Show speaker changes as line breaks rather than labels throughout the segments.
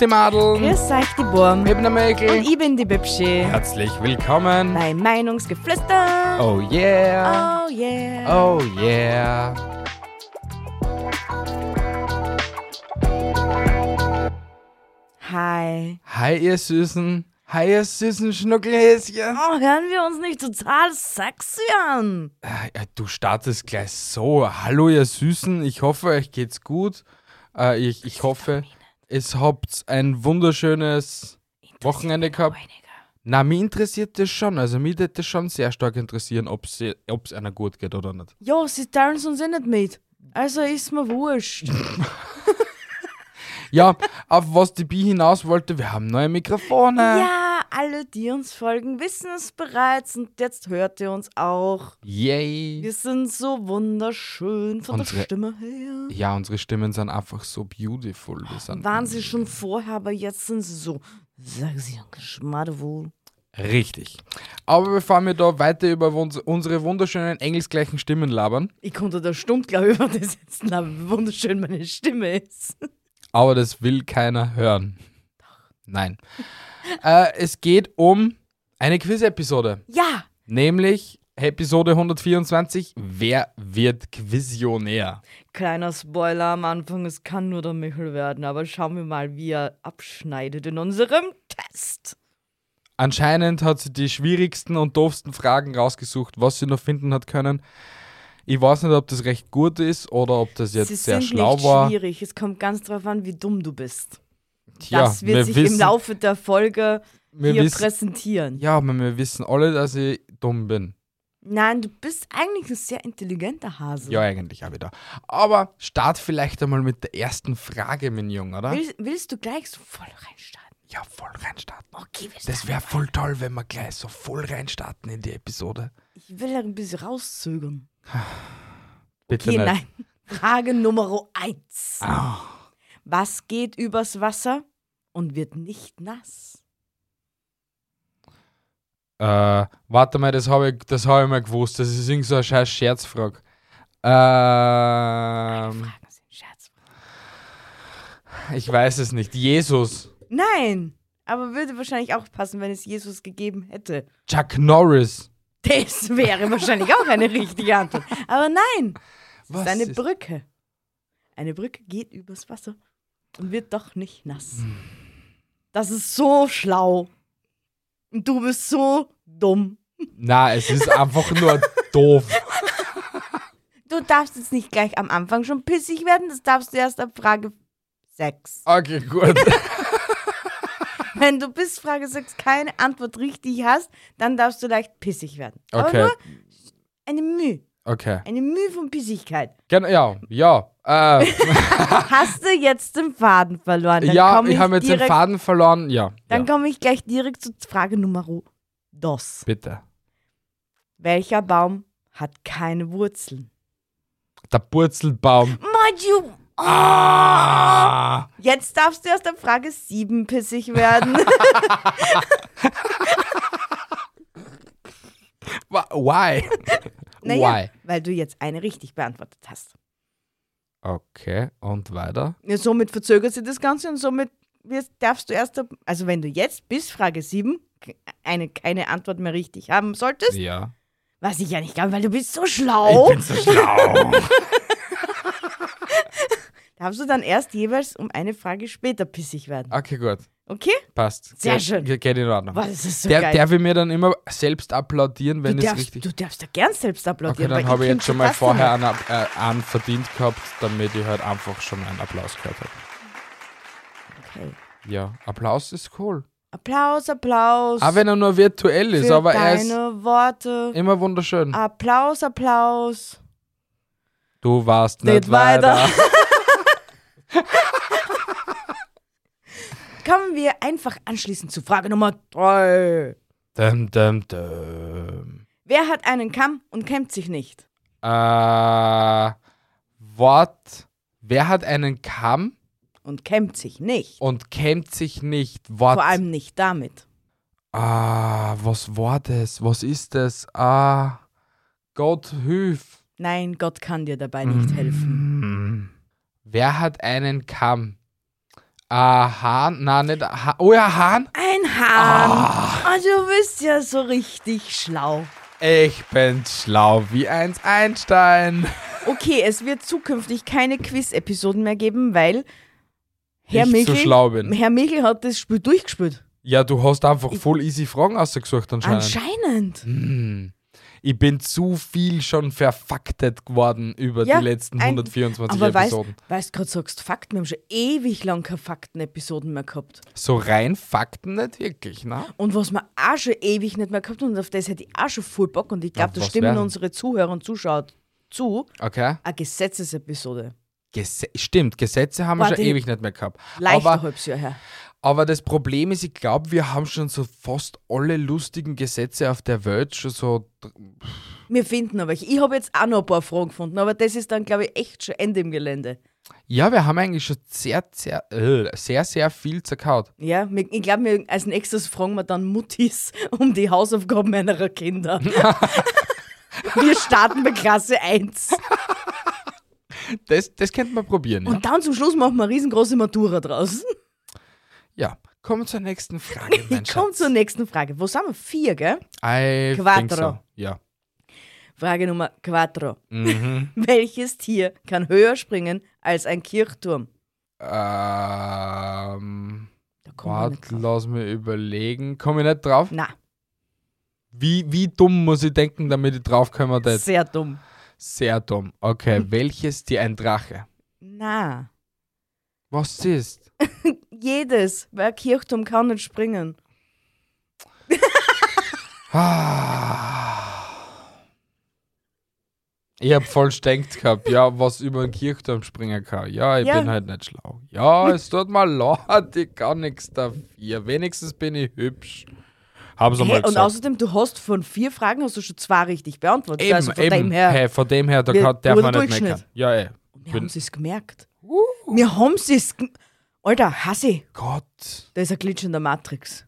die Madeln.
Grüß euch, die Burm.
Ich bin der Mäkel.
Und ich bin die Bibschi.
Herzlich willkommen.
Bei Meinungsgeflüster.
Oh yeah.
Oh yeah.
Oh yeah.
Hi.
Hi, ihr Süßen. Hi, ihr süßen Schnuckelhäschen.
Oh, hören wir uns nicht total sexy an?
Äh, äh, Du startest gleich so. Hallo, ihr Süßen. Ich hoffe, euch geht's gut. Äh, Ich, ich hoffe, es habt ein wunderschönes Wochenende gehabt. Na, mich interessiert das schon. Also, mich würde das schon sehr stark interessieren, ob es einer gut geht oder nicht.
Jo, sie teilen es uns eh nicht mit. Also ist mir wurscht.
Ja, auf was die Bi hinaus wollte, wir haben neue Mikrofone.
ja, alle, die uns folgen, wissen es bereits und jetzt hört ihr uns auch.
Yay.
Wir sind so wunderschön von
Unsere-
der Stimme her.
Ja, unsere Stimmen sind einfach so beautiful. Die sind
Waren sie schon vorher, aber jetzt sind sie so sexy und geschmadewohl.
Richtig. Aber bevor wir da weiter über uns, unsere wunderschönen engelsgleichen Stimmen labern,
Ich konnte da stumpf glaube ich, weil das jetzt na, wunderschön meine Stimme ist.
aber das will keiner hören. Nein. äh, es geht um eine Quiz-Episode,
Ja,
nämlich Episode 124, Wer wird Quizionär?
kleiner Spoiler am Anfang, es kann nur der Michel werden, aber schauen wir mal, wie er abschneidet in unserem Test.
Anscheinend hat sie die schwierigsten und doofsten Fragen rausgesucht, was sie noch finden hat können. Ich weiß nicht, ob das recht gut ist oder ob das jetzt
sie
sehr
sind
schlau
nicht
war.
schwierig, es kommt ganz drauf an, wie dumm du bist.
Tja,
das wird
wir
sich
wissen-
im Laufe der Folge
wir
hier
wissen-
präsentieren.
Ja, aber wir wissen alle, dass ich dumm bin.
Nein, du bist eigentlich ein sehr intelligenter Hase.
Ja, eigentlich auch wieder. Aber start vielleicht einmal mit der ersten Frage, mein Jung, oder?
Willst, willst du gleich so voll reinstarten?
Ja, voll reinstarten.
Okay, wir starten.
Das wäre voll toll, wenn wir gleich so voll reinstarten in die Episode.
Ich will ein bisschen rauszögern. Genau.
Bitte
Okay,
nicht.
nein. Frage Nummer eins.
Ah,
Was geht übers Wasser und wird nicht nass?
äh, warte mal, das habe ich, das hab ich mal gewusst. Das ist irgend so eine scheiß Scherzfrage. Ähm,
Fragen sind Scherz.
ich weiß es nicht. Jesus.
Nein, aber würde wahrscheinlich auch passen, wenn es Jesus gegeben hätte.
Chuck Norris.
Das wäre wahrscheinlich auch eine richtige Antwort. Aber nein, es
Was
ist eine
ist-
Brücke. Eine Brücke geht übers Wasser und wird doch nicht nass. Das ist so schlau. Und du bist so dumm.
Na, es ist einfach nur doof.
Du darfst jetzt nicht gleich am Anfang schon pissig werden, das darfst du erst ab Frage 6.
Okay, gut.
Wenn du bis Frage 6 keine Antwort richtig hast, dann darfst du leicht pissig werden. Aber
Okay,
nur eine Mühe,
okay.
eine Mühe von Pissigkeit.
Genau, ja, ja. Äh,
Hast du jetzt den Faden verloren? Dann
ja,
komm
ich habe jetzt
direkt,
den Faden verloren. Ja.
Dann
ja.
komme ich gleich direkt zu Frage Nummer dos.
Bitte.
Welcher Baum hat keine Wurzeln?
Der Purzelbaum.
Mind you,
Ah!
Jetzt darfst du erst ab Frage 7 pissig werden.
Wa- Why?
naja,
Why?
weil du jetzt eine richtig beantwortet hast.
Okay, und weiter?
Ja, somit verzögert sich das Ganze und somit wirst, darfst du erst, ab- also wenn du jetzt bis Frage 7 k- eine, keine Antwort mehr richtig haben solltest,
Ja.
was ich ja nicht glaube, weil du bist so schlau,
so schlau.
darfst du dann erst jeweils um eine Frage später pissig werden.
okay, gut.
Okay?
Passt.
Sehr
Geht-
schön.
Geht, geht in Ordnung.
Was ist das so
der,
geil?
der will mir dann immer selbst applaudieren, wenn
du,
es
darfst,
richtig
du darfst da gern selbst
Okay,
applaudieren.
dann
weil
habe ich
find,
jetzt schon
du
mal
darfst ja
vorher
nicht.
einen, ab- äh, einen verdient gehabt, damit ich halt einfach schon einen Applaus gehört habe.
Okay.
Ja, Applaus ist cool.
Applaus, Applaus.
Auch Ah, wenn er nur virtuell ist,
für
aber er ist
deine Ah. Worte.
immer wunderschön.
Applaus, Applaus.
Du warst
Nicht
nicht,
weiter.
weiter.
Kommen wir einfach anschließend zu Frage Nummer 3.
Dum, dum, dum.
Wer hat einen Kamm und kämmt sich nicht?
Äh, Wort. Wer hat einen Kamm
Und kämmt sich nicht.
und kämmt sich nicht? Wort.
Vor allem nicht damit.
Ah, was war das? Was ist das? Ah, Gott hilf.
Nein,
Mm.
Gott kann dir dabei nicht helfen.
Hm. Wer hat einen Kamm? Aha, na nicht. Aha. Oh ja, Hahn.
Ein
Ah.
Hahn. Oh, du bist ja so richtig schlau.
Ich bin schlau wie ein Einstein.
Okay, es wird zukünftig keine Quiz-Episoden mehr geben, weil Herr
Ich zu
Michel,
schlau bin.
Herr Michel hat das Spiel durchgespielt.
Ja, du hast einfach voll easy Fragen ausgesucht anscheinend.
Anscheinend.
Hm. Ich bin zu viel schon verfaktet geworden über
Ja,
die letzten
ein-
124
Aber weißt
Episoden.
weißt gerade sagst Fakten, wir haben schon ewig lang keine Fakten-Episoden mehr gehabt.
So rein Fakten nicht wirklich, ne?
Und was wir auch schon ewig nicht mehr gehabt haben, und auf das hätte ich auch schon voll Bock und ich glaube,
Auf
da
was
stimmen
wär's?
unsere Zuhörer und Zuschauer zu,
Okay.
eine Gesetzesepisode.
Gese Stimmt, Gesetze haben wir
Warte.
schon ewig nicht mehr gehabt.
Leicht ein
Aber,
halbes Jahr her.
aber das Problem ist, ich glaube, wir haben schon so fast alle lustigen Gesetze auf der Welt schon so.
Wir finden aber, ich habe jetzt auch noch ein paar Fragen gefunden, aber das ist dann, glaube ich, echt schon Ende im Gelände.
Ja, wir haben eigentlich schon sehr, sehr, äh, sehr, sehr viel zerkaut.
Ja, mir- ich glaube, als nächstes fragen wir dann Muttis um die Hausaufgaben meiner Kinder. wir starten bei Klasse 1.
Das, das könnte man probieren. Ja.
Und dann zum Schluss machen wir eine riesengroße Matura draus.
ja. Kommen wir zur nächsten Frage, mein
Ich komme
Schatz.
zur nächsten Frage. Wo sind wir? Vier, gell?
I think
Quattro.
so. Ja.
Frage Nummer Quattro.
Mhm.
Welches Tier kann höher springen als ein Kirchturm?
Ähm,
Da kommen wir nicht
warte,
drauf.
lass mich überlegen. Komme ich nicht drauf?
Na,
Wie, wie dumm muss ich denken, damit ich draufkomme? Das ist
sehr dumm.
sehr dumm. Okay,
Hm.
welches Tier ein Drache?
Na,
Was ist?
jedes, weil ein Kirchturm kann nicht springen.
Ah. Ich hab voll stängt gehabt, ja, was über den Kirchturm springen kann. Ja, ich
Ja.
bin halt nicht schlau. Ja, es tut mir leid, ich kann nichts dafür. Wenigstens bin ich hübsch. Haben sie mal
Hey,
gesagt.
und außerdem, du hast von vier Fragen hast du schon zwei richtig beantwortet.
Eben,
also von
eben.
dem her.
Hey, von dem her, da
Wir-
kann, darf man
guter
nicht meckern.
Durchschnitt.
Ja, ey.
Wir
Bin-
haben es gemerkt. Wir haben es. Alter, Hassi,
Gott.
da ist ein Glitch in der Matrix.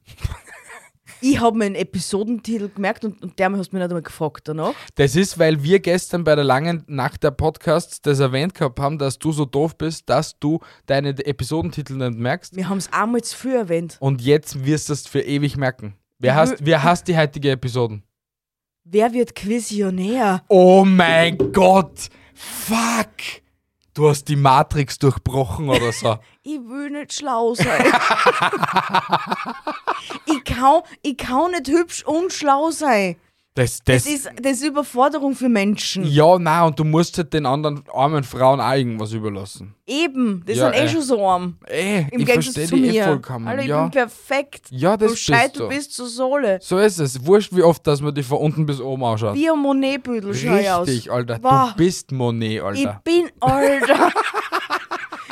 ich habe mir einen Episodentitel gemerkt und, und der hast mich nicht einmal gefragt danach.
Das ist, weil wir gestern bei der langen Nacht der Podcasts das erwähnt gehabt haben, dass du so doof bist, dass du deine Episodentitel nicht merkst.
Wir haben es einmal zu früh erwähnt.
Und jetzt wirst du es für ewig merken. Wer
Ich
hast,
will-
wer hast die heutige Episoden?
Wer wird Quizionär?
Oh mein Gott. Fuck. Du hast die Matrix durchbrochen oder so.
Ich will nicht schlau sein. ich, kann, ich kann nicht hübsch und schlau sein.
Das,
Das
das,
ist, das ist Überforderung für Menschen.
ja, na und du musst halt den anderen armen Frauen auch irgendwas überlassen.
Eben, das
Ja,
sind eh
äh.
schon so arm.
Ey,
Im
ich verstehe
Gegensatz zu
dich eh
mir.
vollkommen.
Alter, ich
ja.
bin perfekt.
Ja, das
du Scheit,
bist du.
du bist zur Sohle.
So ist es. Wurscht, wie oft, dass man die von unten bis oben ausschaut.
Wie ein Monet-Büdel schau ich aus.
Richtig, Alter.
Boah,
Du bist Monet,
ich
Alter.
bin Alter.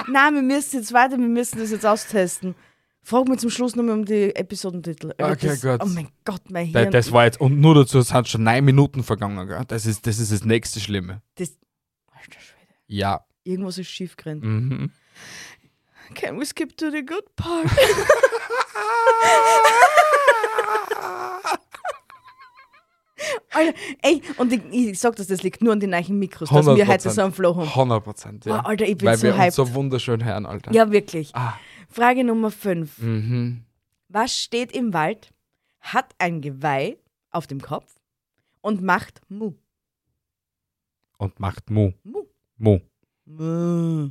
Nein, wir müssen jetzt weiter, wir müssen das jetzt austesten. Frag mich zum Schluss nochmal um die Episodentitel. Alter,
Okay,
das,
gut.
Oh mein Gott, mein
Da-
Hirn.
Das war jetzt, und nur dazu sind schon neun Minuten vergangen, gell? Das ist das, ist das nächste Schlimme.
das, Alter Schwede.
Ja.
Irgendwas ist schief gerannt.
Mhm.
Can we skip to the good part? Alter, ey, und ich, ich sag das, das liegt nur an den neuen Mikros, dass wir heute so einen Flow haben.
100 Prozent, ja.
Ah, Alter, ich bin
Weil
so
wir
hyped.
uns so wunderschön hören, Alter.
Ja, wirklich.
Ah.
Frage Nummer 5.
Mhm.
Was steht im Wald, hat ein Geweih auf dem Kopf und macht Mu?
Und macht Mu.
Mu.
Mu.
Mu.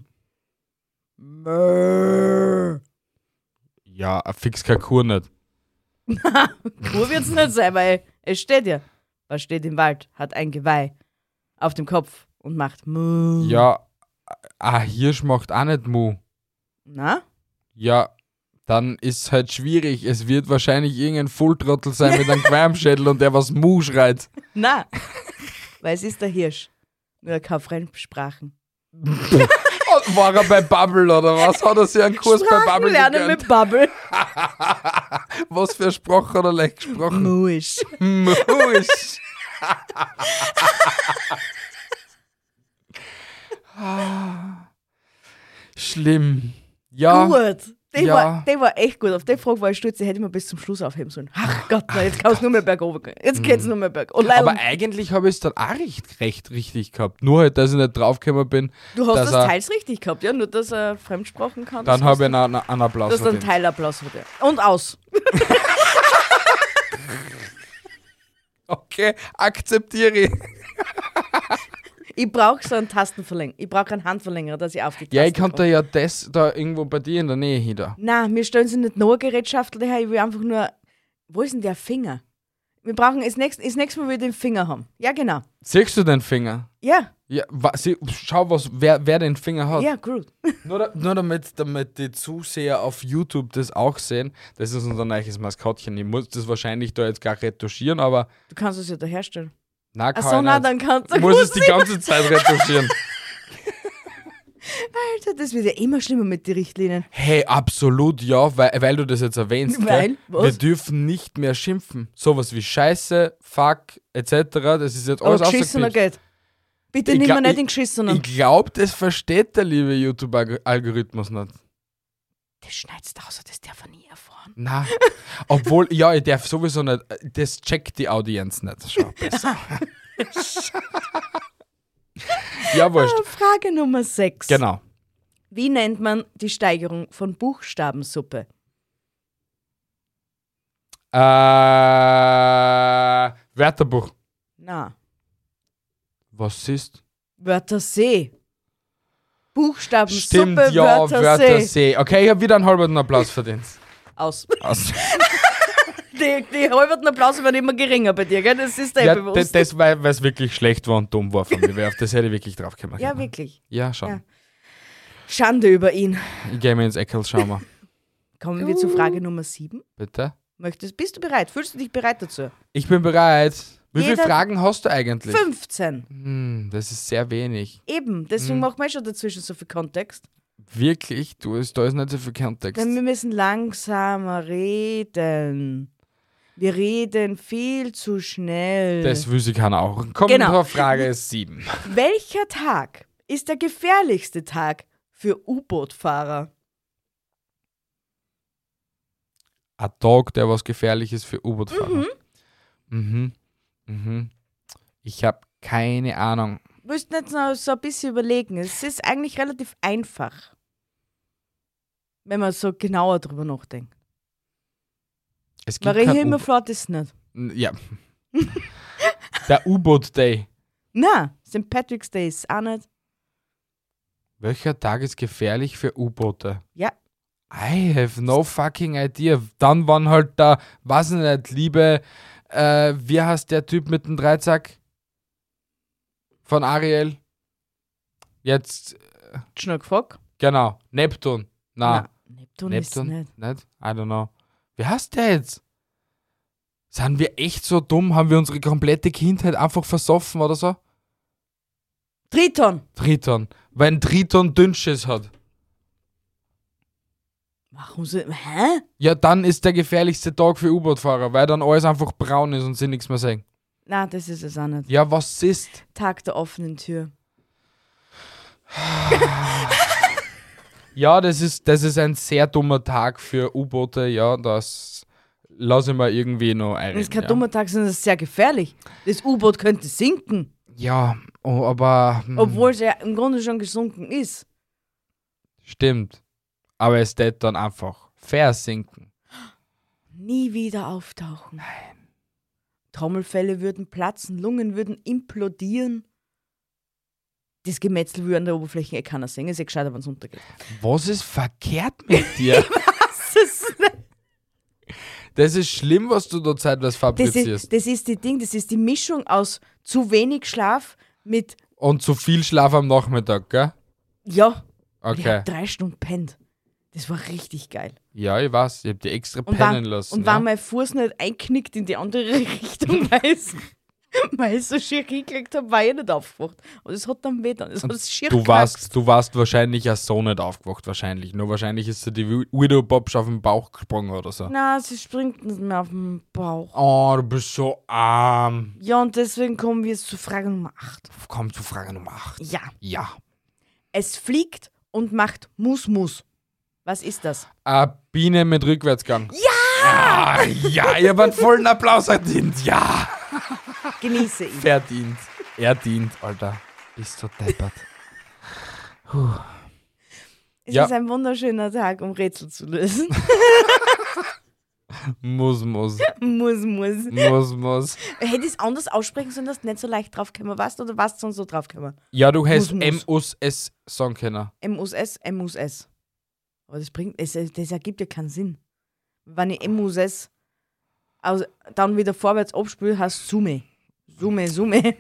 Mu.
Ja, ein fix keine Kur nicht.
Kur wird's nicht sein, weil es steht ja. Was steht im Wald, hat ein Geweih auf dem Kopf und macht Mu.
Ja, ein Hirsch macht auch nicht Mu.
Na?
Ja, dann ist es halt schwierig. Es wird wahrscheinlich irgendein Fulltrottel sein mit einem Qualmschädel und der was Mu schreit.
Na. weil es ist der Hirsch. Nur keine Fremdsprachen.
Und war er bei Bubble oder was? Hat er sich einen Kurs bei Bubble
lernen
gegönnt?
mit Bubble.
Was für eine Sprache hat er leicht gesprochen? Hm,
Muisch.
Muisch. Ah. Schlimm. Ja,
Gut. Der,
Ja.
war, der war echt gut. Auf den Frage war ich stolz, die hätte ich mir bis zum Schluss aufheben sollen. Ach Gott, nein, jetzt kann es nur mehr bergauf gehen. Jetzt geht es nur mehr bergauf. Und leider,
Mhm. Aber eigentlich habe ich es dann auch recht, recht richtig gehabt. Nur halt, dass ich nicht draufgekommen bin.
du hast
dass
das
er-
teils richtig gehabt, ja? Nur, dass er Fremdsprachen kann.
Dann
das
habe ich
wusste
einen, einen Applaus
Das ist ein
verdient.
Teilapplaus für dich. Und aus.
Okay, akzeptiere ich.
Ich brauche so einen Tastenverlänger. Ich brauche einen Handverlängerer, dass ich auf die
Ja, ich
Tasten
kann da ja das da irgendwo bei dir in der Nähe hinter.
Nein, wir stellen sie nicht noch eine Gerätschaftel her. Ich will einfach nur. Wo ist denn der Finger? Wir brauchen das nächste, das nächste Mal will ich den Finger haben. Ja, genau.
Siehst du den Finger?
Ja,
Ja, wa, sie, schau, was, wer, wer den Finger hat.
ja, gut.
Nur, da, nur damit, damit die Zuseher auf YouTube das auch sehen. Das ist unser neues Maskottchen. Ich muss das wahrscheinlich da jetzt gar retuschieren, aber
Du kannst es ja da herstellen.
na kann
Achso,
ich
na,
nicht.
dann kannst du.
muss es die ganze Zeit retuschieren.
Alter, das wird ja immer schlimmer mit den Richtlinien.
Hey, absolut ja, weil, weil du das jetzt erwähnst.
Weil?
gell?
Was?
Wir dürfen nicht mehr schimpfen. Sowas wie Scheiße, Fuck, etc. Das ist jetzt
Aber
alles
geschissener
ausgepiept.
geht. Bitte
Ich
nimm
glaub,
mir nicht
ich-
den geschissenen.
Ich glaube, das versteht der liebe YouTube-Algorithmus nicht.
das schneidest du aus, das darf er nie erfahren.
Na, obwohl, ja, ich darf sowieso nicht, das checkt die Audienz nicht. Schau, besser. ja, wurscht.
Frage Nummer 6.
Genau.
Wie nennt man die Steigerung von Buchstabensuppe?
Äh, Wörterbuch.
Na,
Was ist?
Wörtersee. Buchstabensuppe,
Stimmt, ja,
Wörtersee.
Wörtersee. Okay, ich habe wieder einen halben Applaus verdient.
Aus.
Aus.
Die, die halberten Applaus werden immer geringer bei dir, gell? Das ist der
Ja, das,
bewusst.
das weil es wirklich schlecht war und dumm war von mir. weil Auf das hätte ich wirklich drauf gemacht.
ja, wirklich.
Ja, schon.
Schande über ihn.
Ich gehe mir ins Eckel, schau mal.
Kommen wir
Oh.
zu Frage Nummer 7.
Bitte?
Möchtest, bist du bereit? Fühlst du dich bereit dazu?
Ich bin bereit. Wie viele
Jeder-
Fragen hast du eigentlich?
15.
Hm, das ist sehr wenig.
Eben, deswegen
Mhm.
machen wir schon dazwischen so viel Kontext.
Wirklich, du ist, da ist nicht so viel Kontext.
Denn wir müssen langsamer reden. Wir reden viel zu schnell.
Das wüsste ich kann auch. Kommen
Genau.
wir auf Frage 7.
Welcher Tag ist der gefährlichste Tag für U-Boot-Fahrer?
Ein Tag, der was gefährlich ist für U-Boot-Fahrer. Mhm. mhm. Ich habe keine Ahnung.
Müsst jetzt noch so ein bisschen überlegen. Es ist eigentlich relativ einfach, wenn man so genauer drüber nachdenkt.
Es gibt
Marie
kein U-
Hilmerflot ist nicht.
Ja. der U-Boot-Day.
Na, St. Patrick's Day ist auch nicht.
Welcher Tag ist gefährlich für U-Boote?
Ja.
I have no fucking idea. Dann waren halt da, was nicht, liebe, äh, wie heißt der Typ mit dem Dreizack? Von Ariel? Jetzt,
Schnuckfock?
genau, Neptun. Na,
Neptun,
Neptun?
ist nicht.
nicht? I don't know. Wie heißt der jetzt? Sind wir echt so dumm? Haben wir unsere komplette Kindheit einfach versoffen oder so?
Triton!
Triton. Weil ein Triton Dünnschiss hat.
Warum so. Hä?
Ja, dann ist der gefährlichste Tag für U-Boot-Fahrer, weil dann alles einfach braun ist und sie nichts mehr sehen.
Na, das ist es auch nicht.
Ja, was ist?
Tag der offenen Tür.
Ja, das ist, das ist ein sehr dummer Tag für U-Boote. Ja, das lasse ich mal irgendwie noch ein.
Das ist kein dummer Tag, sondern es ist sehr gefährlich. Das U-Boot könnte sinken,
Ja, oh, aber. hm,
obwohl es ja im Grunde schon gesunken ist.
Stimmt. Aber es tät dann einfach versinken.
nie wieder auftauchen. Nein. Trommelfälle würden platzen, Lungen würden implodieren. Das Gemetzel würde an der Oberfläche eh keiner sehen. Ist ja gescheiter, wenn es untergeht.
Was ist verkehrt mit dir?
Das ist,
das ist schlimm, was du da zeitweise
das,
fabrizierst.
ist, das ist die Ding, das ist die Mischung aus zu wenig Schlaf mit,
Und zu viel Schlaf am Nachmittag, gell?
ja, ich
Okay.
habe drei Stunden pennt. Das war richtig geil.
Ja, ich weiß. Ich hab die extra
Und,
pennen
wann,
lassen.
und
ja.
wenn mein Fuß nicht einknickt in die andere Richtung, weil es- weil ich so schier hingelegt habe, war ich nicht aufgewacht. Und es hat dann weh dann. Es hat schier
Du
geknackt.
warst, du warst wahrscheinlich ja so nicht aufgewacht, wahrscheinlich. Nur wahrscheinlich ist dir die Wi- Widow Bobsch auf den Bauch gesprungen oder so.
Na, sie springt nicht mehr auf den Bauch.
Oh, du bist so arm.
Ja, und deswegen kommen wir jetzt zu Frage Nummer 8.
Komm zu Frage Nummer 8.
Ja,
Ja.
es fliegt und macht Mus-Mus. Was ist das?
Eine Biene mit Rückwärtsgang. Ja! Ja, ihr habt einen vollen Applaus verdient. Ja!
Genieße ihn.
Verdient. Er dient, Alter. Bist du deppert.
Es
Ja.
ist ein wunderschöner Tag, um Rätsel zu lösen.
Muss, muss.
muss, muss.
Muss, muss.
Hätte ich es anders aussprechen sollen, dass du nicht so leicht draufkommen warst oder warst du sonst so draufkommen?
Ja, du hast
Muss, muss.
M-U-S sagen können.
M-U-S, M-U-S. Aber das bringt, es, das ergibt ja keinen Sinn. Wenn ich M-U-S also dann wieder vorwärts abspüle, hast Summe. Summe, Summe.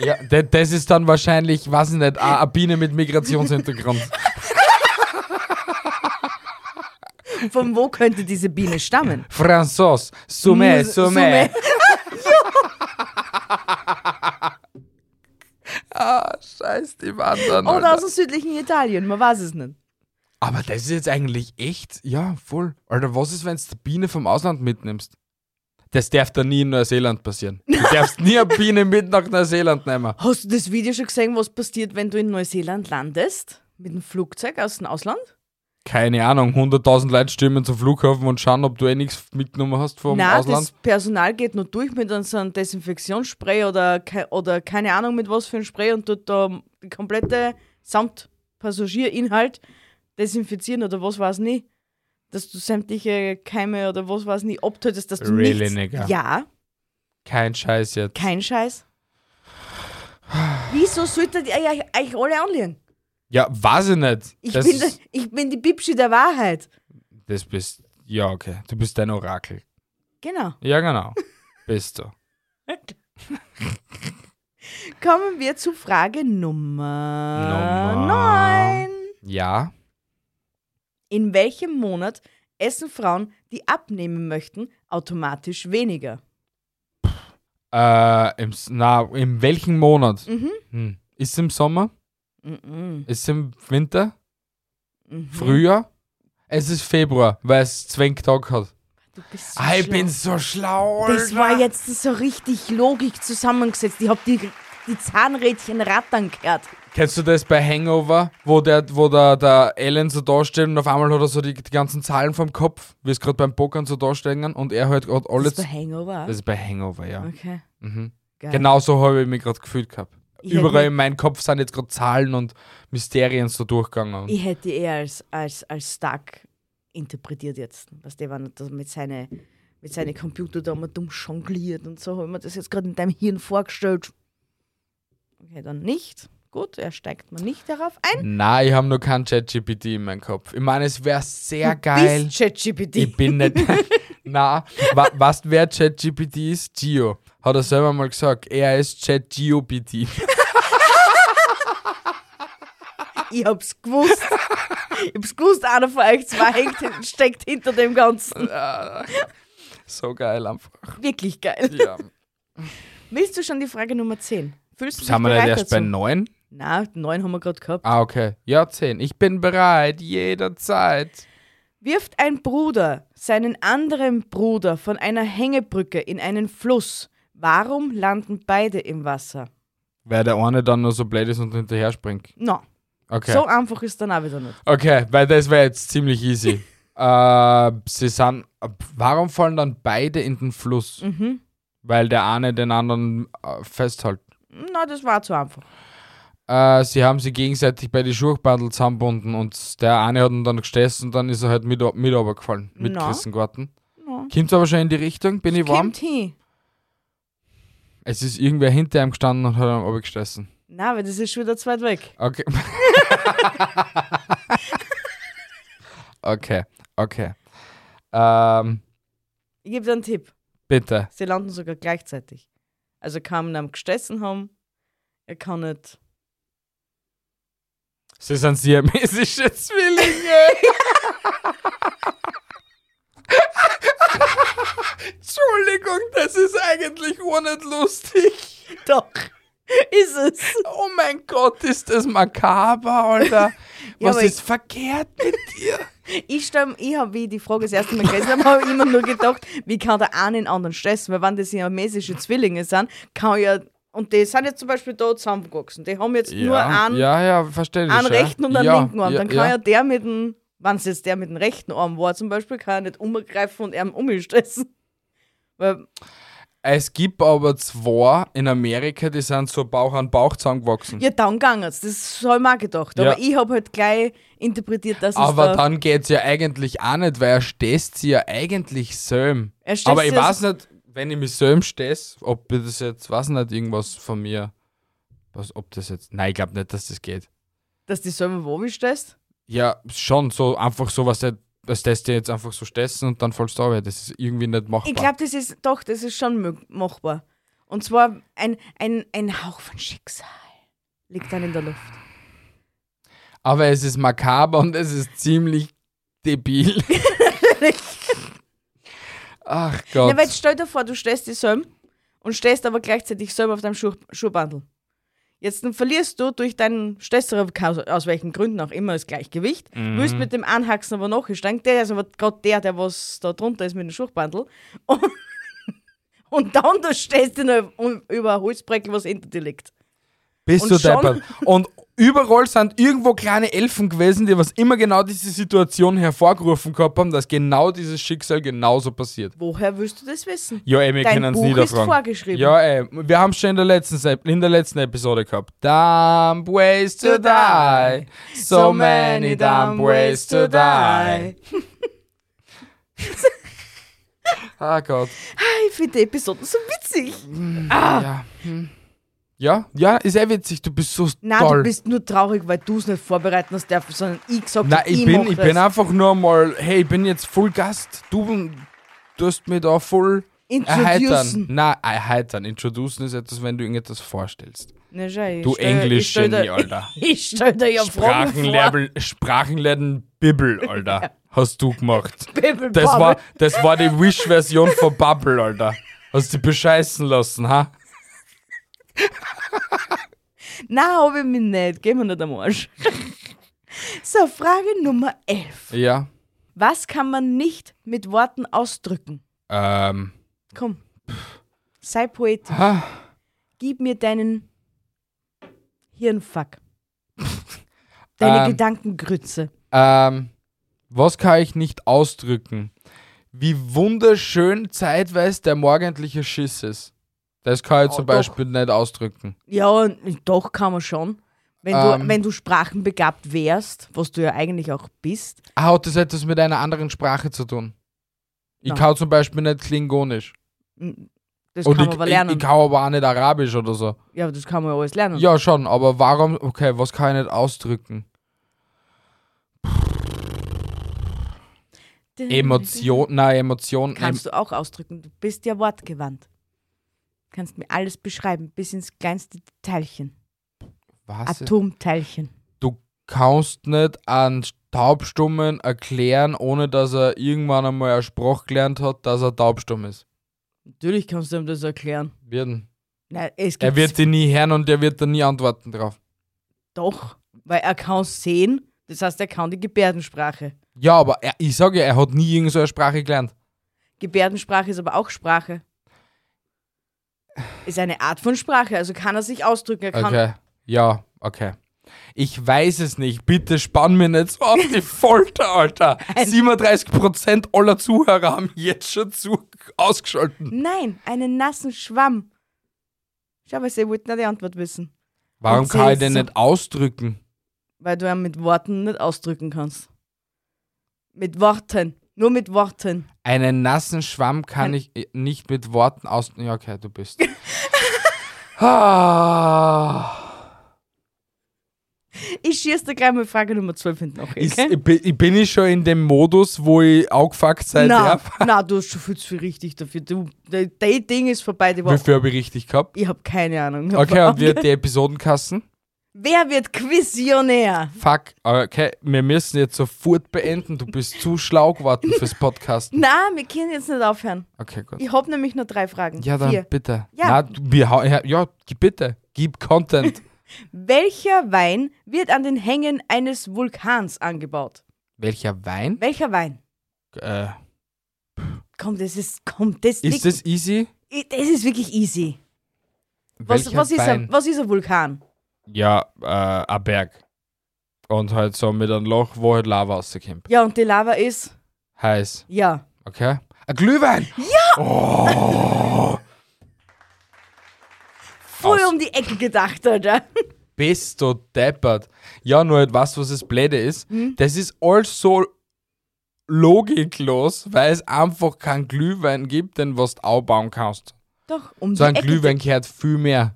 Ja, d- das ist dann wahrscheinlich, weiß ich nicht, eine eine Biene mit Migrationshintergrund.
Von wo könnte diese Biene stammen?
Franzos, Summe,
Mus-
Summe. Ah, scheiß die anderen.
Oder aus
Alter.
dem südlichen Italien, man weiß es nicht.
Aber das ist jetzt eigentlich echt, ja, voll. Alter, was ist, wenn du die Biene vom Ausland mitnimmst? Das darf da nie in Neuseeland passieren. Du darfst nie eine Biene mit nach Neuseeland nehmen.
Hast du das Video schon gesehen, was passiert, wenn du in Neuseeland landest? Mit dem Flugzeug aus dem Ausland?
Keine Ahnung, 100.000 Leute stürmen zum Flughafen und schauen, ob du eh nichts mitgenommen hast vom
Nein, das
Ausland.
Personal geht nur durch mit so einem Desinfektionsspray oder, ke oder keine Ahnung mit was für ein Spray und tut da die komplette samt Passagierinhalt desinfizieren oder was weiß nicht. Dass du sämtliche Keime oder was weiß nicht abtötest, dass du
Really,
nichts...
nigga?
Ja,
Kein Scheiß jetzt.
kein Scheiß. Wieso solltet ihr euch euch alle anlegen?
Ja, weiß ich nicht.
Ich,
das,
bin, der, ich bin die Bibschi der Wahrheit.
das bist, ja, okay. Du bist dein Orakel.
Genau.
Ja, genau. bist du.
Kommen wir zu Frage Nummer
Nummer-
9.
Ja.
In welchem Monat essen Frauen, die abnehmen möchten, automatisch weniger?
Äh, im, S- na, in welchem Monat?
Mhm.
Hm. Ist im Sommer?
Mhm.
Ist im Winter?
Mhm.
Früher? Es ist Februar, weil es Zwängtag hat.
Du bist so
Ah, ich
schlau.
bin so schlau.
Das war
Alter.
jetzt so richtig Logik zusammengesetzt. Ich hab die, die Zahnrädchen rattern gehört.
Kennst du das bei Hangover, wo der, wo der, der Alan so dasteht und auf einmal hat er so die, die ganzen Zahlen vom Kopf, wie es gerade beim Pokern so dastehen und er halt gerade
Das
alles.
ist der Hangover.
das ist bei Hangover, ja.
okay.
Mhm.
Geil.
Genau so habe ich mich gerade gefühlt gehabt.
Ich hätte
Überall
mir-
in meinem Kopf sind jetzt gerade Zahlen und Mysterien so durchgegangen.
Ich hätte eher als, als, als stark interpretiert jetzt. Was der war mit seinen mit seine Computer da mal dumm jongliert und so. Habe ich mir das jetzt gerade in deinem Hirn vorgestellt. Okay, dann nicht. Gut, er steigt mal nicht darauf ein.
Nein, ich habe nur kein ChatGPT in meinem Kopf. Ich meine, es wäre sehr geil.
Bis ChatGPT.
Ich bin nicht. Na, wa, was wer ChatGPT ist? Gio. Hat er selber mal gesagt. Er ist ChatGPT.
Ich hab's gewusst. Ich hab's gewusst, einer von euch zwei hängt, steckt hinter dem Ganzen.
So geil einfach.
Wirklich geil.
Ja.
Willst du schon die Frage Nummer 10? Fühlst du dich
Sind wir nicht
bereit
erst bei
dazu?
neun?
Nein, neun haben wir gerade gehabt.
Ah, okay. Ja, zehn. Ich bin bereit, jederzeit.
Wirft ein Bruder seinen anderen Bruder von einer Hängebrücke in einen Fluss. Warum landen beide im Wasser?
Weil der eine dann nur so blöd ist und hinterher springt.
No,
Okay.
so einfach ist dann auch wieder nicht.
Okay, weil das wäre jetzt ziemlich easy. äh, sie sind. Warum fallen dann beide in den Fluss?
Mhm.
Weil der eine den anderen äh, festhält.
Na, das war zu einfach.
Äh, sie haben sie gegenseitig bei den Schuhbandel zusammenbunden und der eine hat ihn dann gestessen und dann ist er halt mit, mit runtergefallen. Mit
Na.
Kissen geworden.
No.
Kommt aber schon in die Richtung, bin ich warm.
Kommt hin.
Es ist irgendwer hinter ihm gestanden und hat ihn runtergestessen.
Na, aber das ist schon wieder zu weit weg.
Okay. okay, okay. Ähm,
Ich gebe dir einen Tipp.
bitte.
Sie landen sogar gleichzeitig. Also kann am gestessen haben, er kann nicht.
Sie sind siamesische Zwillinge. Entschuldigung, das ist eigentlich auch nicht lustig.
Doch, ist es.
Oh mein Gott, ist das makaber, Alter.
Ja,
Was
aber
ist verkehrt mit dir?
Ich, stell- ich habe, wie ich die Frage das erste Mal gelesen habe, habe ich immer nur gedacht, wie kann der eine den anderen stressen? Weil wenn das siamesische Zwillinge sind, kann ja... Und die sind jetzt zum Beispiel da zusammengewachsen. Die haben jetzt nur einen,
ja, ja, verstehe ich.
einen
ja.
rechten und einen
ja,
linken Arm.
Ja,
Dann kann
ja.
ja der mit dem Wenn es jetzt der mit dem rechten Arm war zum Beispiel, kann er nicht umgreifen und ihn umstressen. Weil,
Es gibt aber zwei in Amerika, die sind so Bauch an Bauch zusammengewachsen.
ja, dann ging es. Das habe ich mir auch gedacht.
Ja.
Aber ich habe halt gleich interpretiert, dass es
aber
da,
dann geht's ja eigentlich auch nicht, weil er stößt sie ja eigentlich selm.
Er stößt
Aber ich
sie ja
weiß nicht, wenn ich mich selm stöß, ob ich das jetzt, weiß nicht, irgendwas von mir, was, ob das jetzt, nein, ich glaube nicht, dass das geht.
dass die selber wo stehst.
Ja, schon, so einfach so, was der, das test dir jetzt einfach so stessen und dann vollst du runter. Das ist irgendwie nicht machbar.
Ich glaube, das ist doch, das ist schon mö- machbar. Und zwar ein, ein, ein Hauch von Schicksal liegt dann in der Luft.
Aber es ist makaber und es ist ziemlich debil. Ach Gott.
Na, weil jetzt stell dir vor, du stehst dich selber und stehst aber gleichzeitig selber auf deinem Schuh, Schuhbandel. Jetzt dann verlierst du durch deinen Stessere, aus welchen Gründen auch immer, das Gleichgewicht. Willst mit dem Anhaxen aber nachsteigen. Der ist aber gerade der, der was da drunter ist mit dem Schuhbandel. Und, und dann da stehst du noch um- über ein Holzbreckel, was hinter dir liegt.
Bist
und
du
schon-
deppert. Und überall sind irgendwo kleine Elfen gewesen, die was immer genau diese Situation hervorgerufen gehabt haben, dass genau dieses Schicksal genauso passiert.
Woher willst du das wissen?
Ja, ey, wir
Dein
können es
Buch ist
niederfragen.
vorgeschrieben.
Ja, ey, wir haben schon in der letzten, Se- in der letzten Episode gehabt. Dumb ways to die. So many dumb ways to die. Ah Gott.
Ich finde die Episoden so witzig.
Ja. Hm. ja, ja, ist eh witzig. Du bist so
Nein,
toll.
du bist nur traurig, weil du es nicht vorbereiten hast dürfen, sondern ich gesagt
Nein,
hab,
ich bin,
mach
ich
das.
bin einfach nur mal, hey, ich bin jetzt voll Gast. Du tust mich da voll erheitern.
Introducen.
Nein, erheitern. Introducen ist etwas, wenn du irgendetwas vorstellst.
Na, schau, ich
Du
stell- ich stell
Englisch-Genie,
dir-
Alter.
Ich stell dir ja Fragen vor.
Sprachenlernen, Sprachenlernen Bibel, Alter. Hast du gemacht.
Bibel,
Das
Bobble.
war, das war die Wish-Version von Bubble, Alter. Hast dich bescheißen lassen, ha?
Nein, hab ich mich nicht. Geh mir nicht am Arsch. so, Frage Nummer 11.
Ja.
Was kann man nicht mit Worten ausdrücken?
Ähm.
Komm, sei poetisch.
Ha.
Gib mir deinen Hirnfuck. Deine
Ähm.
Gedankengrütze.
Ähm, was kann ich nicht ausdrücken? Wie wunderschön zeitweise der morgendliche Schiss ist. Das kann ich
Oh,
zum
doch.
Beispiel nicht ausdrücken.
Ja, doch kann man schon. Wenn, du,
Ähm.
wenn du sprachenbegabt wärst, was du ja eigentlich auch bist.
Ah, hat das etwas mit einer anderen Sprache zu tun? Ich
Nein.
kann zum Beispiel nicht Klingonisch.
Das
Und
kann man
ich,
aber
ich,
lernen.
ich kann aber auch nicht Arabisch oder so.
ja, aber das kann man ja alles lernen.
Ja, schon, aber warum? Okay, was kann ich nicht ausdrücken? Emotion, nein, Emotion.
Kannst du auch ausdrücken. Du bist ja wortgewandt. Kannst mir alles beschreiben, bis ins kleinste Teilchen.
was?
Atomteilchen.
du kannst nicht an Taubstummen erklären, ohne dass er irgendwann einmal eine Sprache gelernt hat, dass er taubstumm ist.
Natürlich kannst du ihm das erklären.
Werden.
Nein, es gibt
Er wird sie nie hören und er wird da nie antworten drauf.
doch, weil er kann sehen, das heißt, er kann die Gebärdensprache.
Ja, aber er, ich sage ja, er hat nie irgendeine Sprache gelernt.
Gebärdensprache ist aber auch Sprache. Ist eine Art von Sprache, also kann er sich ausdrücken. Er kann,
Okay. Ja, okay. Ich weiß es nicht. Bitte spann mir nicht so auf die Folter, Alter. 37% aller Zuhörer haben jetzt schon zu ausgeschalten.
Nein, einen nassen Schwamm. Schau, weil sie wollten ja die Antwort wissen.
Warum
Und sie
kann ich
ist
den
so-
nicht ausdrücken?
Weil du ihn mit Worten nicht ausdrücken kannst. Mit Worten. Nur mit Worten.
Einen nassen Schwamm kann ich eh, nicht mit Worten aus. Ja, okay, du bist. Ah.
Ich schieße dir gleich mal Frage Nummer 12 hinten noch.
Ist, ich, bin- ich bin ich schon in dem Modus, wo ich angefuckt sein
Na,
darf.
na, du hast schon viel zu viel richtig dafür. Du, de- dein Ding ist vorbei. Die
Wie
Woche.
viel habe ich richtig gehabt?
Ich habe keine Ahnung.
Okay, und wir die Episodenkassen.
Wer wird Quizionär?
Fuck, okay, wir müssen jetzt sofort beenden. Du bist zu schlau geworden fürs Podcasten.
Na, wir können jetzt nicht aufhören.
Okay, gut.
Ich habe nämlich nur drei Fragen.
Ja, dann
Vier.
bitte.
Ja.
Na, du- wir, hau- ja, ja, gib bitte. Gib Content.
Welcher Wein wird an den Hängen eines Vulkans angebaut?
Welcher Wein?
Welcher Wein?
Äh,
Komm, das ist, komm, das
ist
liegt-
das easy?
I- das ist wirklich easy. Was,
Welcher
was, ist
Wein?
ein, was ist ein Vulkan?
Ja, äh, ein Berg. Und halt so mit einem Loch, wo halt Lava rauskommt.
Ja, und die Lava ist,
Heiß.
ja.
Okay. Ein Glühwein! Ja! Oh.
Voll
Aus.
um die Ecke gedacht, Alter.
Bist du deppert. Ja, nur halt weißt du, was das Blöde ist.
Hm?
Das ist alles so logiklos, weil es einfach keinen Glühwein gibt, den was du aufbauen kannst.
Doch, um
So ein
die Ecke.
Glühwein gehört viel mehr.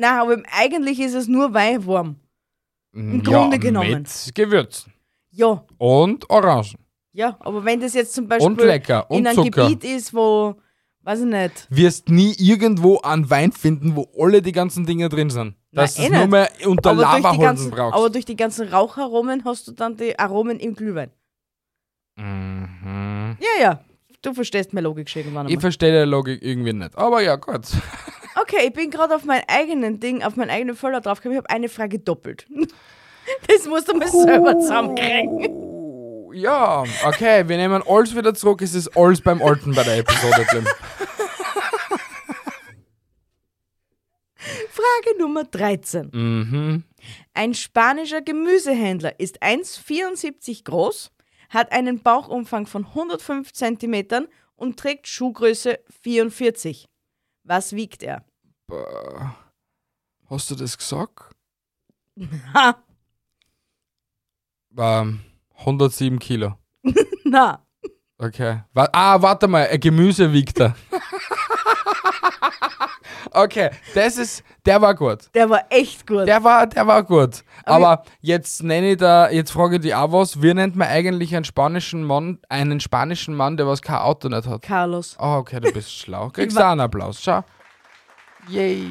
Nein, aber eigentlich ist es nur Weihwurm.
Im
Grunde genommen.
Mit Gewürzen.
Ja,
Und Orangen.
ja. Aber wenn das jetzt zum Beispiel
Und lecker. Und
in einem
Zucker.
Gebiet ist, wo, weiß ich nicht,
wirst nie irgendwo einen Wein finden, wo alle die ganzen Dinge drin sind.
Na,
Dass du
eh
es nur
nicht.
mehr unter
aber durch, die
Lavaholzen
ganzen,
brauchst.
aber durch die ganzen Raucharomen hast du dann die Aromen im Glühwein.
mhm.
Ja, ja. Du verstehst meine Logik schon irgendwann
Ich
einmal.
verstehe die Logik irgendwie nicht. Aber ja, gut.
Okay, ich bin gerade auf mein eigenen Ding, auf meinen eigenen Folder draufgekommen. Ich habe eine Frage doppelt. Das musst du mir selber zusammenkriegen.
Oh, Ja, okay, wir nehmen alles wieder zurück. Es ist alles beim Alten bei der Episode drin.
Frage Nummer 13.
Mhm.
Ein spanischer Gemüsehändler ist 1,74 groß, hat einen Bauchumfang von 105 cm und trägt Schuhgröße 44. Was wiegt er?
Hast du das gesagt?
Ha,
Ähm, 107 Kilo.
na,
Okay. Wa ah, warte mal, ein Gemüse wiegt er. okay, das ist, der war gut.
der war echt gut.
Der war, der war gut. Aber, jetzt nenne ich da, jetzt frage ich dich auch was. Wie nennt man eigentlich einen spanischen Mann, einen spanischen Mann, der was kein Auto nicht hat?
Carlos.
Oh, okay, du bist schlau. Kriegst du auch einen Applaus, schau. Yay.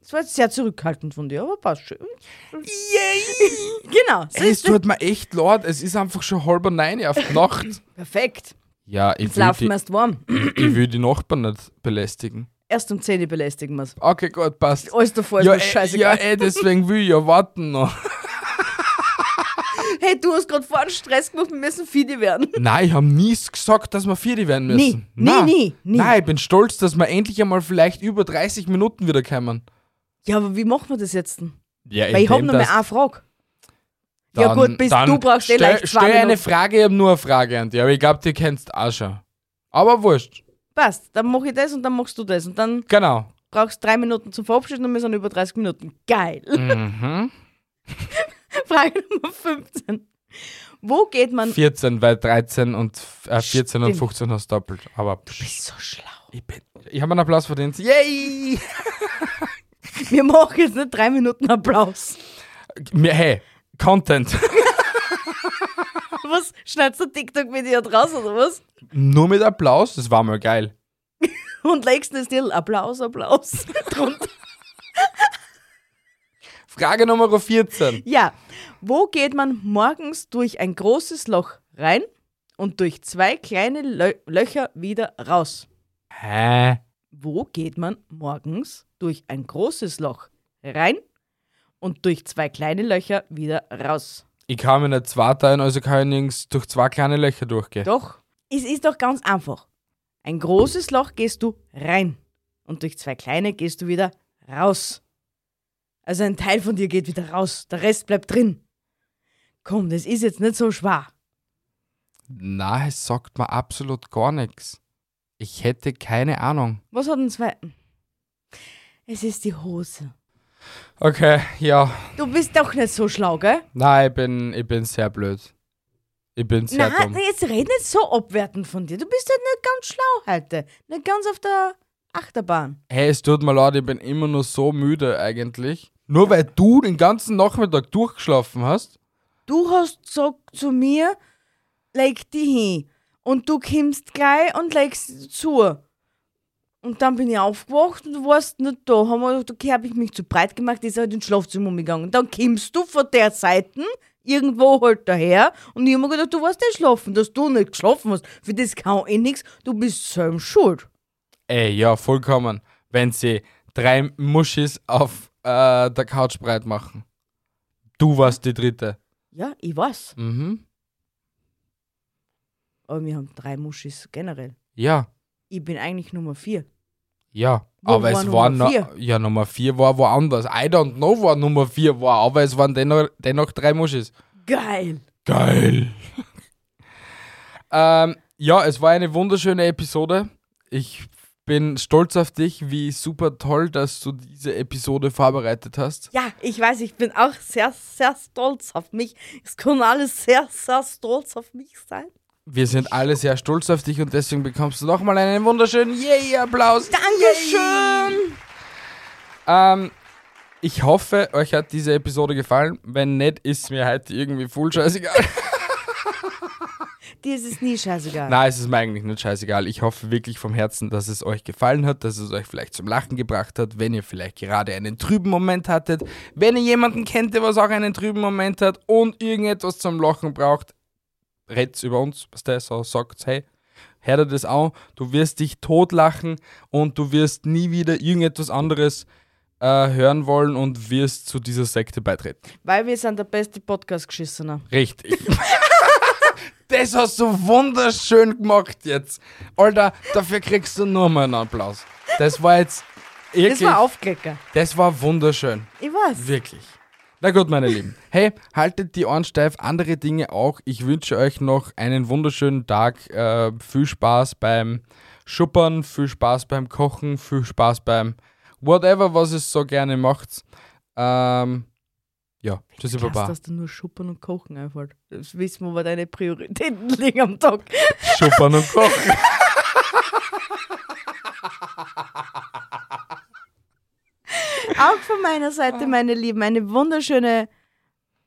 Das war jetzt sehr zurückhaltend von dir, aber passt schön. Genau, so
Ey, es
ist es.
tut mir echt leid, es ist einfach schon halber neun auf die Nacht.
Perfekt.
Ja, ich
Jetzt
will,
laufen wir
die,
erst warm.
ich will die Nachbarn nicht belästigen.
Erst um 10 Uhr belästigen wir es.
Okay, gut, passt.
Alles davor ist
Ja,
mir
äh, ja,
scheißegal.
ey, deswegen will ich ja warten noch.
Hey, du hast gerade vorhin Stress gemacht, wir müssen Fidi werden.
Nein, ich habe nie gesagt, dass wir Vierte werden müssen.
Nie, nie,
Nein.
nie, nie.
Nein, ich bin stolz, dass wir endlich einmal vielleicht über 30 Minuten wieder kommen.
Ja, aber wie machen wir das jetzt denn?
Ja,
Weil ich habe noch mal eine Frage. ja gut, bis du brauchst eh
stell,
leicht zwei
stell eine
Minuten.
Frage, ich habe nur eine Frage an dich, aber ich glaube, die kennst du auch schon. Aber wurscht.
Passt, dann mache ich das und dann machst du das. Und dann
Genau.
brauchst du drei Minuten zum Verabschieden und wir sind über 30 Minuten. Geil.
Mhm.
Frage Nummer 15. Wo geht man...
14, weil 13 und f- äh, 14 und
Stimmt.
15 hast du doppelt. Aber psch,
So schlau.
ich, bin- ich habe einen Applaus verdient. Yay!
Wir machen jetzt nicht drei Minuten Applaus.
Mir- Hey, Content.
Was? Schneidest du TikTok-Video draus oder was?
nur mit Applaus, das war mal geil.
Und legst das dir Applaus, Applaus drunter.
Frage Nummer 14.
Ja, wo geht man morgens durch ein großes Loch rein und durch zwei kleine Lö Löcher wieder raus?
Hä?
Wo geht man morgens durch ein großes Loch rein und durch zwei kleine Löcher wieder raus?
Ich kann mich nicht zwei teilen, also kann ich nirgends durch zwei kleine Löcher durchgehen.
Doch, es ist doch ganz einfach. Ein großes Loch gehst du rein und durch zwei kleine gehst du wieder raus. Also ein Teil von dir geht wieder raus, der Rest bleibt drin. Komm, das ist jetzt nicht so schwer.
Nein, es sagt mir absolut gar nichts. Ich hätte keine Ahnung.
Was hat einen zweiten? Es ist die Hose.
Okay, ja.
Du bist doch nicht so schlau, gell?
Nein, ich bin, ich bin sehr blöd. Ich bin sehr
Nein,
dumm.
jetzt red nicht so abwertend von dir. Du bist halt nicht ganz schlau heute. Nicht ganz auf der Achterbahn.
Hey, es tut mir leid, ich bin immer nur so müde eigentlich. Nur weil du den ganzen Nachmittag durchgeschlafen hast.
Du hast gesagt zu mir, leg die hin. Und du kommst gleich und legst zu. Und dann bin ich aufgewacht und du warst nicht da. Haben wir gedacht, okay, habe ich mich zu breit gemacht, ist halt ins Schlafzimmer umgegangen. Und dann kommst du von der Seite irgendwo halt daher und ich habe mir gedacht, du warst nicht schlafen, dass du nicht geschlafen hast. Für das kann ich nichts, du bist selbst schuld.
Ey, ja, vollkommen. Wenn sie drei Muschis auf äh, der Couch breit machen. Du warst die dritte.
Ja, ich weiß.
Mhm.
Aber wir haben drei Muschis generell.
Ja.
Ich bin eigentlich Nummer vier.
Ja,
Wo
aber
war
es
Nummer
waren noch,
vier?
ja, Nummer 4 war woanders. I don't know, war Nummer 4 war, aber es waren dennoch, dennoch drei Muschis.
Geil.
Geil. ähm, ja, es war eine wunderschöne Episode. Ich bin stolz auf dich, wie super toll, dass du diese Episode vorbereitet hast.
Ja, ich weiß, ich bin auch sehr, sehr stolz auf mich. Es können alle sehr, sehr stolz auf mich sein.
Wir sind alle sehr stolz auf dich und deswegen bekommst du nochmal einen wunderschönen Yay-Applaus.
Dankeschön.
Ähm, ich hoffe, euch hat diese Episode gefallen. Wenn nicht, ist mir heute irgendwie voll scheißegal.
Dir ist es nie scheißegal.
Nein, es ist mir eigentlich nicht scheißegal. Ich hoffe wirklich vom Herzen, dass es euch gefallen hat, dass es euch vielleicht zum Lachen gebracht hat, wenn ihr vielleicht gerade einen trüben Moment hattet, wenn ihr jemanden kennt, der was auch einen trüben Moment hat und irgendetwas zum Lachen braucht, red's über uns, was der so sagt, hey, hör dir das an, du wirst dich totlachen und du wirst nie wieder irgendetwas anderes äh, hören wollen und wirst zu dieser Sekte beitreten.
Weil wir sind der beste Podcast-Geschissener.
Richtig. Das hast du wunderschön gemacht jetzt. Alter, dafür kriegst du nur mal einen Applaus. Das war jetzt
Das
eklig.
war Aufklecker.
Das war wunderschön.
Ich weiß.
Wirklich. Na gut, meine Lieben. Hey, haltet die Ohren steif, andere Dinge auch. Ich wünsche euch noch einen wunderschönen Tag. Äh, viel Spaß beim Schuppern, viel Spaß beim Kochen, viel Spaß beim whatever, was es so gerne macht. Ähm, ja, tschüssi,
Krass,
Baba.
dass du nur schuppern und kochen einfällt. Das wissen wir, wo deine Prioritäten liegen am Tag.
Schuppern und Kochen.
Auch von meiner Seite, meine Lieben, eine wunderschöne,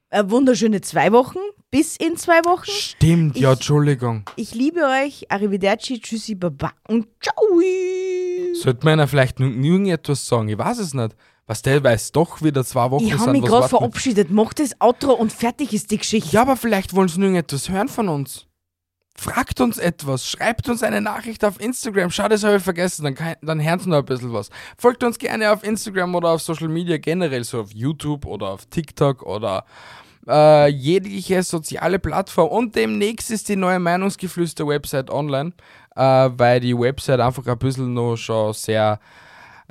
äh, wunderschöne zwei Wochen. Bis in zwei Wochen.
Stimmt, ja,
Ich-
Entschuldigung.
Ich liebe euch. Arrivederci, tschüssi, baba und ciao.
Sollte man ja vielleicht nun irgendetwas sagen? Ich weiß es nicht. Was der weiß doch wieder zwei Wochen
Ich
sind,
habe mich
was
gerade
warten-
verabschiedet. Mach das Outro und fertig ist die Geschichte.
Ja, aber vielleicht wollen sie nur irgendetwas hören von uns. Fragt uns etwas, schreibt uns eine Nachricht auf Instagram. Schade, das habe ich vergessen, dann, kann, dann hören sie noch ein bisschen was. Folgt uns gerne auf Instagram oder auf Social Media generell, so auf YouTube oder auf TikTok oder äh, jegliche soziale Plattform. Und demnächst ist die neue Meinungsgeflüster-Website online, äh, weil die Website einfach ein bisschen noch schon sehr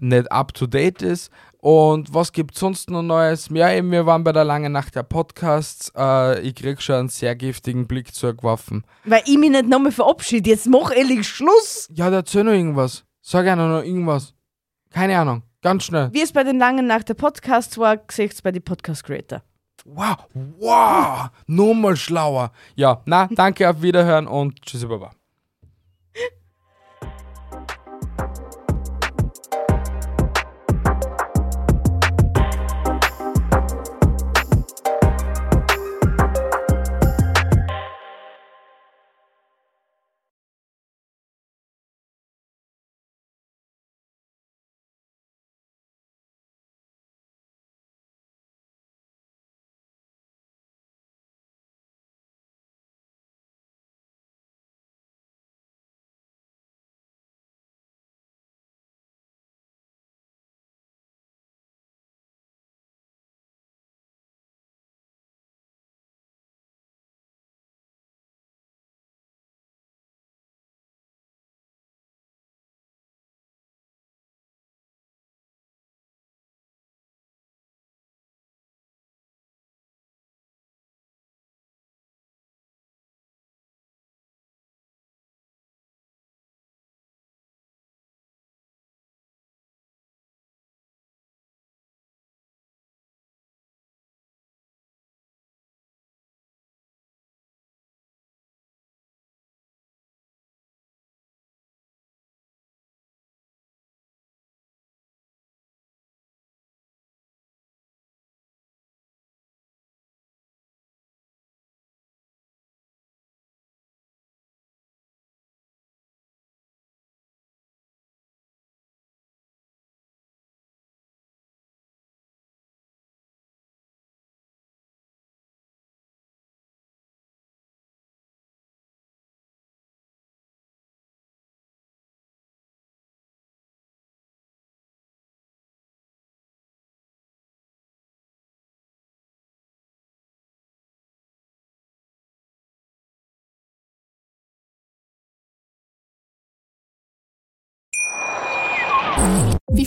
nicht up to date ist. Und was gibt sonst noch Neues? Ja, eben, wir waren bei der langen Nacht der Podcasts. Äh, ich krieg schon einen sehr giftigen Blick zurückgeworfen.
Weil ich mich nicht nochmal verabschiede. Jetzt mach ehrlich Schluss.
Ja, da erzähl noch irgendwas. Sag einer noch irgendwas. Keine Ahnung. Ganz schnell.
Wie es bei den langen Nacht der Podcast war, seht ihr bei den Podcast Creator.
Wow, wow, nochmal schlauer. Ja, na, danke, auf Wiederhören und tschüssi, Baba.
Wie